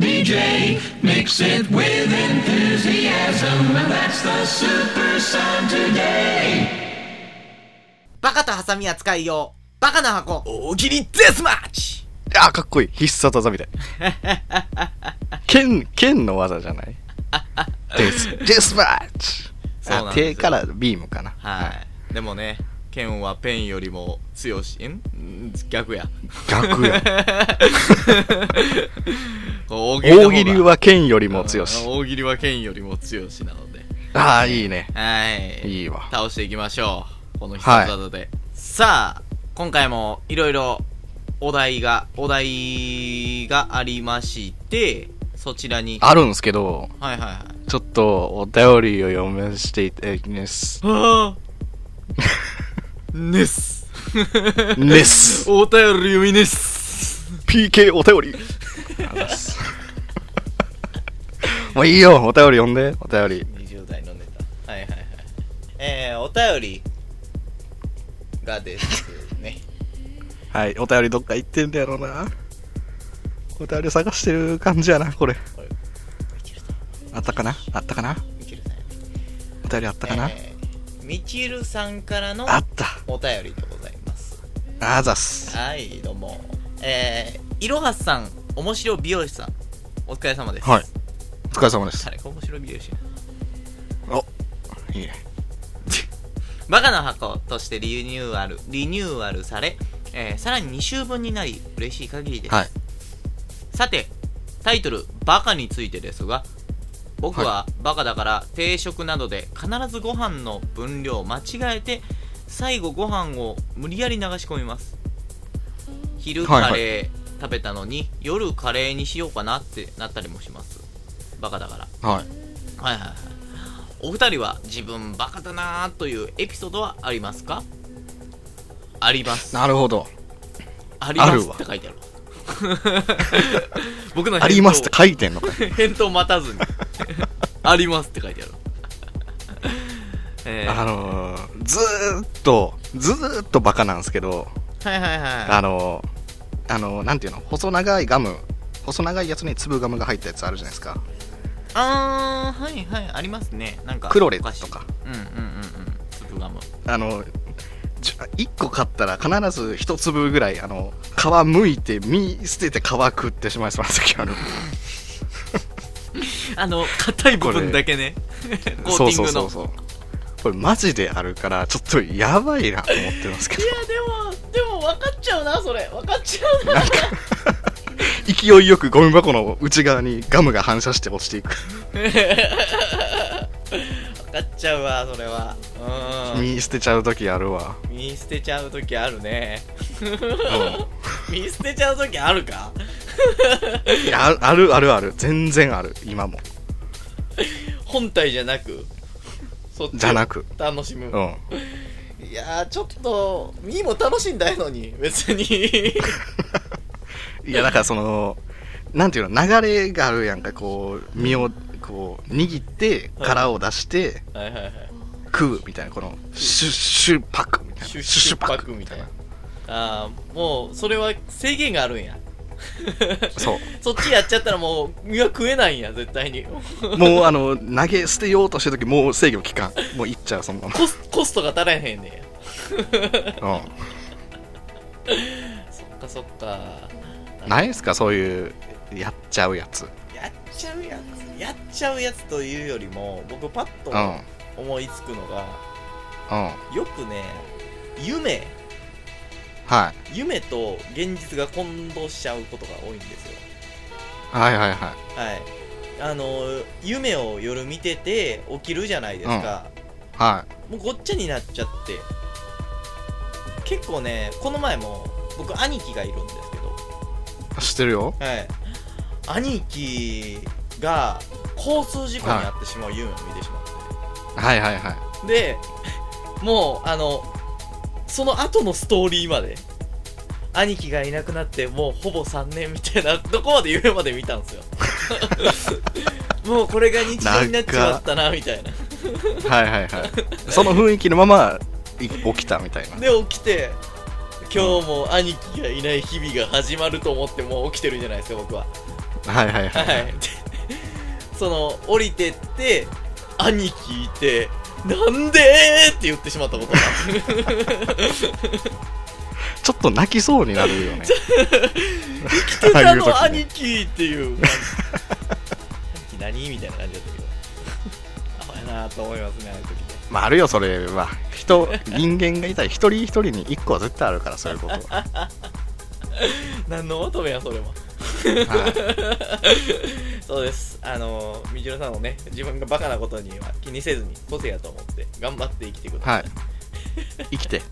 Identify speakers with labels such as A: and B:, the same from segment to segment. A: JJ makes it with enthusiasm, and that's the super sound today.
B: バカとハサミは使いよう。バカな箱。
C: 大喜利デスマッチ
D: あー、かっこいい。必殺技 みたい。剣、剣の技じゃないデス、デスマッチ
C: そうなんですよ
D: 手からビームかな。
C: はい。でもね、剣はペンよりも強し、んん逆や。
D: 逆や。
C: こう
D: 大
C: の方が
D: 喜利は剣よりも強し。
C: 大喜利は剣よりも強しなので。
D: ああ、いいね。
C: はい。
D: いいわ
C: 倒していきましょう。この必殺技で。さあ、今回もいろいろお題が、お題がありまして、そちらに。
D: あるんすけど、
C: はいはいはい。
D: ちょっとお便りを読ませていただきます。
C: はぁねっす。
D: ねっ す
C: お便り読みねっす。
D: !PK お 便りあざっす もういいよ、お便り読んで、お便り。
C: 20代のネタ。はいはいはい。えー、お便りがですね。
D: はい、お便りどっか行ってんだやろうな。お便り探してる感じやな、これ。
C: これ、
D: あったかなあったかな
C: みちるさんやね。
D: お便りあったかな、
C: えーみちるさんからの
D: あった
C: お便りでございます。
D: あざっす。
C: はい、どうも。えー、いろはさん、おもしろ美容師さん、お疲れ様です。
D: はい。お疲れ様です。
C: 誰かおもしろ美容師や
D: いいね。
C: バカな箱としてリニューアル、リニューアルされ、えーさらに2週分になり、嬉しい限りです。
D: はい。
C: さて、タイトル、バカについてですが、僕はバカだから定食などで必ずご飯の分量を間違えて、最後ご飯を無理やり流し込みます。昼
D: はいはい
C: カレー食べたのに、夜カレーにしようかなってなったりもします。バカだから。
D: はい。
C: はいはいはいお二人は自分バカだなーというエピソードはありますかあります
D: なるほど。
C: ありま
D: あ
C: す
D: る
C: っ
D: わ
C: て書いてあ るわ僕の返答
D: ありますって書いてんのかい
C: 返答待たずにありますって書いてあるわえー
D: あのー、ずーっと、ずーっとバカなんですけど、
C: はいはい
D: あ
C: は
D: のー、あのー、なんていうの細長いガム、細長いやつに粒ガムが入ったやつあるじゃないですか。
C: いあーはいはいありますねなんか
D: クロレ
C: お菓子
D: とか
C: うんうんうんうん粒ガム
D: あの、ちょ一個買ったら必ず一粒ぐらい、あの、皮剥いて、身捨てて皮食ってしまいそうな時ある。
C: あの硬い部
D: こ
C: 分
D: れ
C: だけねコーティングの
D: そうそうそうそう。これマジであるから、ちょっとやばいなと思ってますけど
C: い、やでもでも分かっちゃうなそれ分かっちゃうな
D: 勢いよくゴミ箱の内側にガムが反射して落ちていく。
C: 分かっちゃうわそれはうん
D: 身捨てちゃう時あるわ。
C: 見捨てちゃう時あるね
D: う
C: 見捨てちゃう時あるか
D: んいや、ああるあるある。全然ある。今も。
C: 本体じゃなくそっちを
D: じゃなく。
C: 楽しむ、
D: うん。
C: いやーちょっとみーも楽しんだいのに別 に
D: いや、だからその、なんていうの、流れがあるやんか。こう、身を、こう、握って、殻を出して、
C: はいはいはい
D: 食うみたいなこのシュッシュッパクみたいな
C: シュッシュパクみたいなあーもうそれは制限があるんや
D: そ
C: そっちやっちゃったらもう身は食えないんや絶対に
D: うもうあの投げ捨てようとしてる時もう制御効かんもういっちゃうそのま
C: コスコストが足らへんねんや
D: ま、
C: そっかそっか
D: うん、ないですかそういうやっちゃうやつ
C: やっちゃうやつやっちゃうやつというよりも僕パッ
D: う
C: と
D: んうん
C: 思いつくのが、
D: は
C: よくね夢
D: いはい
C: 夢と現実が混同しちゃうことが多いんですよ
D: はいはい
C: はいあの夢を夜見てて起きるじゃないですか、
D: は
C: もうごっちゃになっちゃって結構ねこの前も僕兄貴がいるんですけど
D: い知ってるよ
C: はい、兄貴が交通事故に遭ってしまう夢を見てしまって、
D: はいはいはい
C: でもうあのその後のストーリーまで兄貴がいなくなってもうほぼ3年みたいなどこまで夢まで見たん ですよもうこれが日常になっちまったなみたいな
D: はいはいはいその雰囲気のままい起きたみたいな
C: で起きて今日も兄貴がいない日々が始まると思ってもう起きてるじゃないですか僕は
D: はいはいはい
C: はいでその降りてって兄貴いてなんでーって言ってしまったことが
D: ちょっと泣きそうになるよね
C: 来て
D: ああ
C: た
D: いう時ね
C: の兄貴っていう感じ兄貴何みたいな感じだったけどアホやなと思いますねああいう時で
D: まああるよそれは人人間がいたら一人一人に一個は絶対あるからそういうことは、は
C: 何の乙女やそれも
D: い、
C: そうですあのーみちろさんもね自分がバカなことには気にせずに個性やと思って頑張って生きてくださ、
D: はいい生きて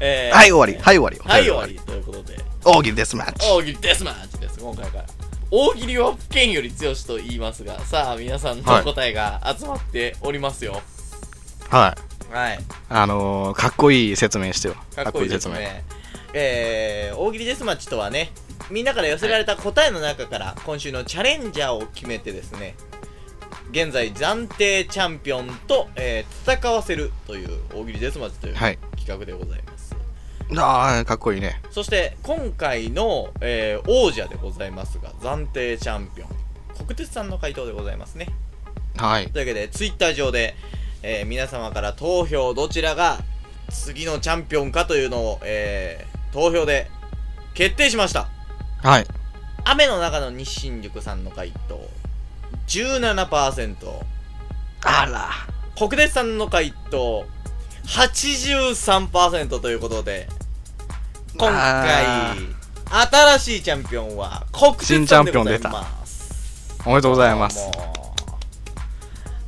C: えー
D: はい終わりはい終わり
C: はい終わりということで
D: 大喜利デスマッチ
C: 大喜利デスマッチです今回から大喜利は不権より強しと言いますがさあ皆さんの答えが集まっておりますよ
D: はい
C: はい
D: あのー、かっこいい説明してよ
C: かっこいいですね。えー、大喜利デスマッチとはね、みんなから寄せられた答えの中から、今週のチャレンジャーを決めてですね、現在暫定チャンピオンと、えー戦わせるという大喜利デスマッチという
D: は
C: 企
D: い
C: 画でございます。
D: ああかっこいいね
C: そして、今回の、えー王者でございますが、暫定チャンピオン、国鉄さんの回答でございますね。
D: はい
C: というわけで、ツイッター上で、えー皆様から投票、どちらが次のチャンピオンかというのを、えー投票で決定しました。
D: はい
C: 雨の中の日新緑さんの回答、17%。
D: あら
C: 国鉄さんの回答、83%ということで、今
D: あ
C: 回、新しいチャンピオンは国鉄さんでございます。
D: おめでとうございます
C: もう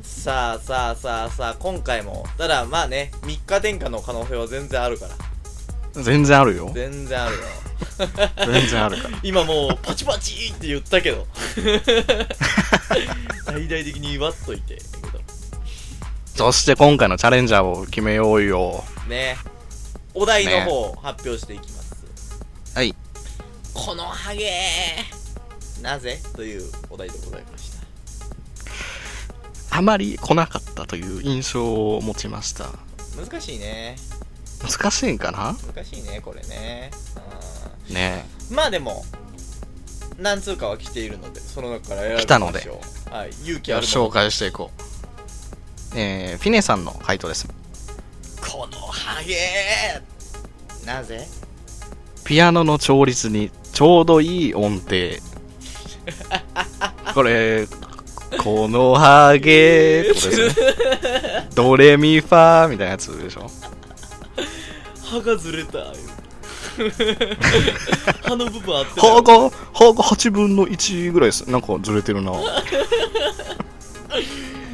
C: さあさあさあさあ今回もただまあね3日転換の可能性は全然あるから
D: 全然あるよ
C: 全然あるよ
D: 全然あるから
C: 今もうパチパチって言ったけど 大々的に言わっといてだけど
D: そして今回のチャレンジャーを決めようよ
C: ねお題の方を発表していきます、
D: はい
C: このハゲーなぜというお題でございました
D: あまり来なかったという印象を持ちました
C: 難しいね
D: 難しいんかな
C: 難しいねこれねうん
D: ね
C: まあでも、何通かは来ているので、その中から選びましょう。
D: 来たので。
C: はい、勇
D: え
C: 気あるも
D: 紹
C: の。
D: 介していこうえー、フィネさんの回答です
C: このハゲーなぜ
D: ピアノの調律にちょうどいい音程これこのハゲーってことです よねドレミファーみたいなやつでしょ
C: 歯がずれ た。歯の部分あってない
D: 歯が歯が8分の1ぐらいですなんかずれてるな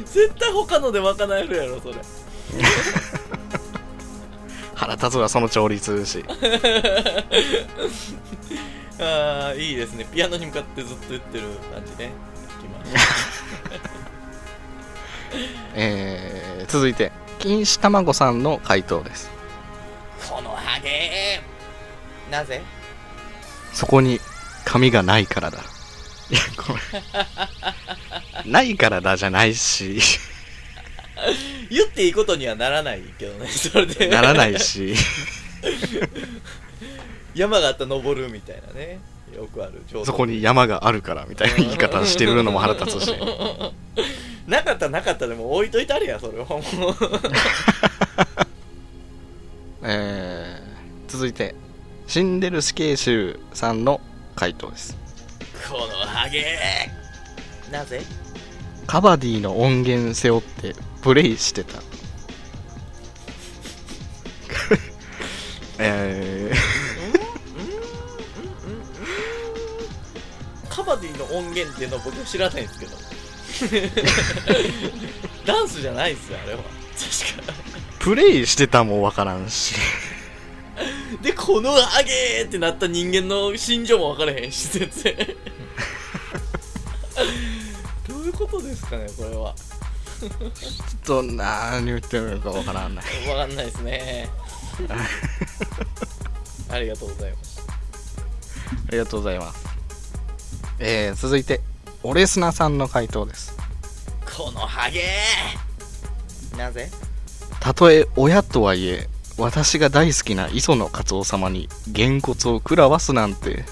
C: 絶対他ので賄えるやろ、それ。
D: 腹立つわその調律し
C: あー、いいですね。ピアノに向かってずっと言ってる感 じね。きま
D: えー、続いて錦糸卵さんの回答です
C: すこのハゲーなぜ
D: そこに髪がないからだいやこれないからだじゃないし
C: 言っていいことにはならないけどね、それで。
D: ならないし
C: 山があったら登るみたいなね。よくある状態。
D: そこに山があるからみたいな言い方してるのも腹立つし
C: なかったなかったでも置いといたれやそれはもう
D: えー、続いてシンデルスケーシューさんの回答です
C: このハゲなぜ
D: カバディの音源背負ってプレイしてた え
C: カバディの音源っていうの僕知らないんですけど ダンスじゃないっすよあれは確か
D: ー、プレイしてたもわからんし
C: でこのハゲってなった人間の心情も分からへんし全 然どういうことですかねこれは
D: ちょっと何言ってるのかわからんない
C: 分かんないです ねありがとうございます
D: ありがとうございますえー、続いてオレスナさんの回答です
C: このハゲなぜ
D: たとえ親とはいえ私が大好きな磯野カツオ様にげんこつを食らわすなんて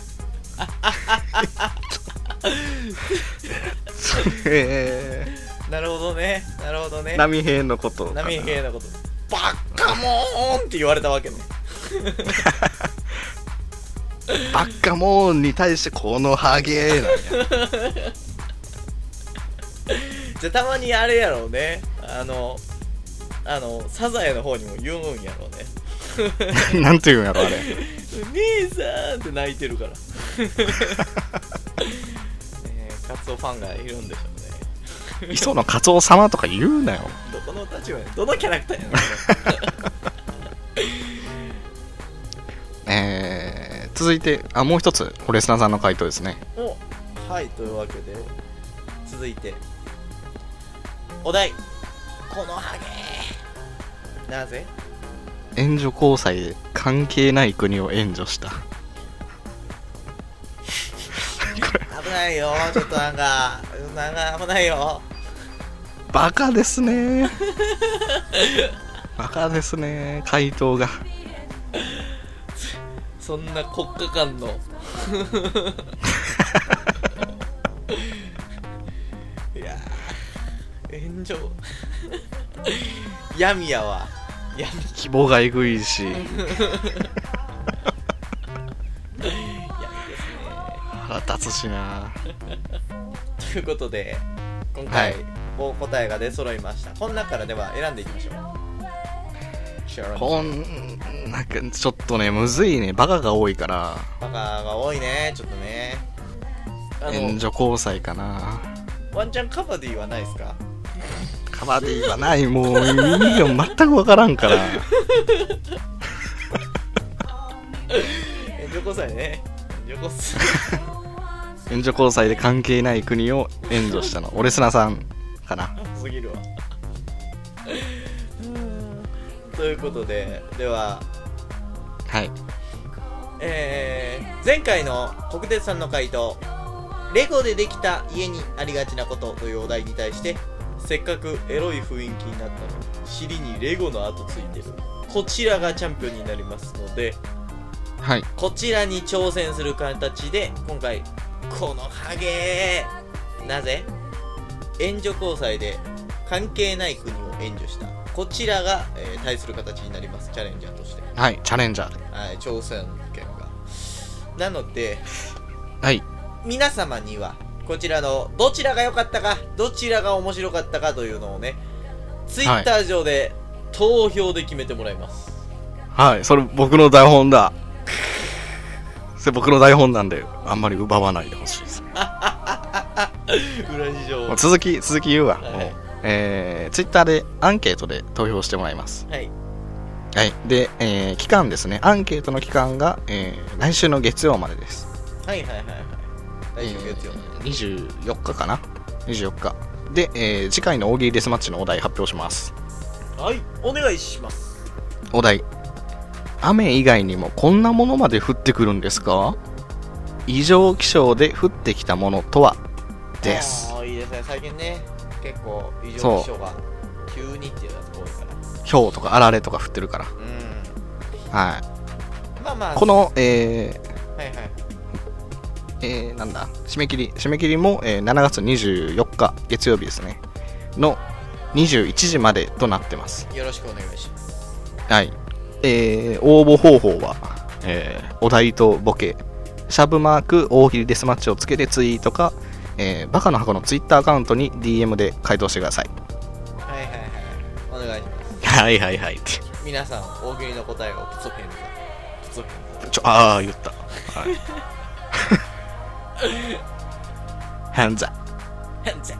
D: え
C: なるほどねなるほどね
D: ー、波平のことかな
C: 波平のことバッカモーンって言われたわけね
D: バッカモーンに対してこのハゲーなんや
C: じゃあたまにあれやろうねあのあのサザエの方にも言うんやろうね
D: なんていうんやろあれ
C: 姉さんって泣いてる からねえカツオファンがいるんでしょうね
D: 磯野カツオ様とか言うなよ
C: どこの立場やどのキャラクターやねんこ
D: えー、続いてあもう一つフォレスナーさんの回答ですね
C: れおはいというわけで続いてお題このハゲなぜ
D: 援助交際で関係ない国を援助した
C: 危ないよちょっとなんかなんか危ないよ
D: バカです ねバカですね回答が
C: そんな国家間 のいやー炎上闇やわ闇
D: 希望がえぐいし
C: 闇ですね
D: 腹立つしな
C: ということで今回、
D: はい
C: お答えが出揃いましたこの中からでは選んでいきましょうシャロン
D: こんなんかちょっとねむずいねバカが多いから
C: バカが多いねちょっとねあの
D: 援助交際かな
C: ワンチャンカバディはないですか
D: カバディはないもう意味が全くわからんから
C: え女子さんね女子さん
D: 援助交際で関係ない国を援助したのオレスナさんかな
C: すぎるわということででは、
D: はい
C: えー前回の国鉄さんの回答「レゴでできた家にありがちなこと」というお題に対してせっかくエロい雰囲気になったのに尻にレゴの跡ついてるこちらがチャンピオンになりますので
D: はい
C: こちらに挑戦する形で今回このハゲーなぜ援助交際で関係ない国を援助したこちらが、えー対する形になりますチャレンジャーとして、
D: はいチャレンジャーで
C: はい、挑戦権がなので
D: はい
C: 皆様にはこちらのどちらが良かったかどちらが面白かったかというのをねツイッター上で投票で決めてもらいます、
D: はいそれ僕の台本だそれ僕の台本なんであんまり奪わないでほしいです
C: 裏事情
D: もう続き続き言うわ、
C: はい
D: もうえー、ツイッターでアンケートで投票してもらいます
C: はい
D: はいで、えー期間ですねアンケートの期間が、えー来週の月曜までです
C: はいはいはいはい来週月曜、
D: えー24日かな24日で、えー次回の大喜利デスマッチのお題発表します
C: はいお願いします
D: お題雨以外にもこんなものまで降ってくるんですか異常気象で降ってきたものとはです
C: あーいいですね最近ね結構異
D: そ
C: 常気象
D: う
C: が急にっていうのが多いから
D: ひょうとかあられとか降ってるから
C: うん
D: はい
C: まあまあ
D: このえー
C: はいはい
D: えーなんだ締め切り締め切りも、えー7月24日月曜日ですねの21時までとなってます
C: よろしくお願いします
D: はい。えー、応募方法は、えー、お題とボケ、シャブマーク大喜利デスマッチをつけてツイートか、えー、バカの箱のツイッターアカウントに DM で回答してください。
C: はいはいはいお願いします
D: はいはいはい。ち
C: 皆さん大喜利の答えをプツペンザプツペン
D: ょ、ああ、言った。 はい。ハンザ。
C: ザヘンゼ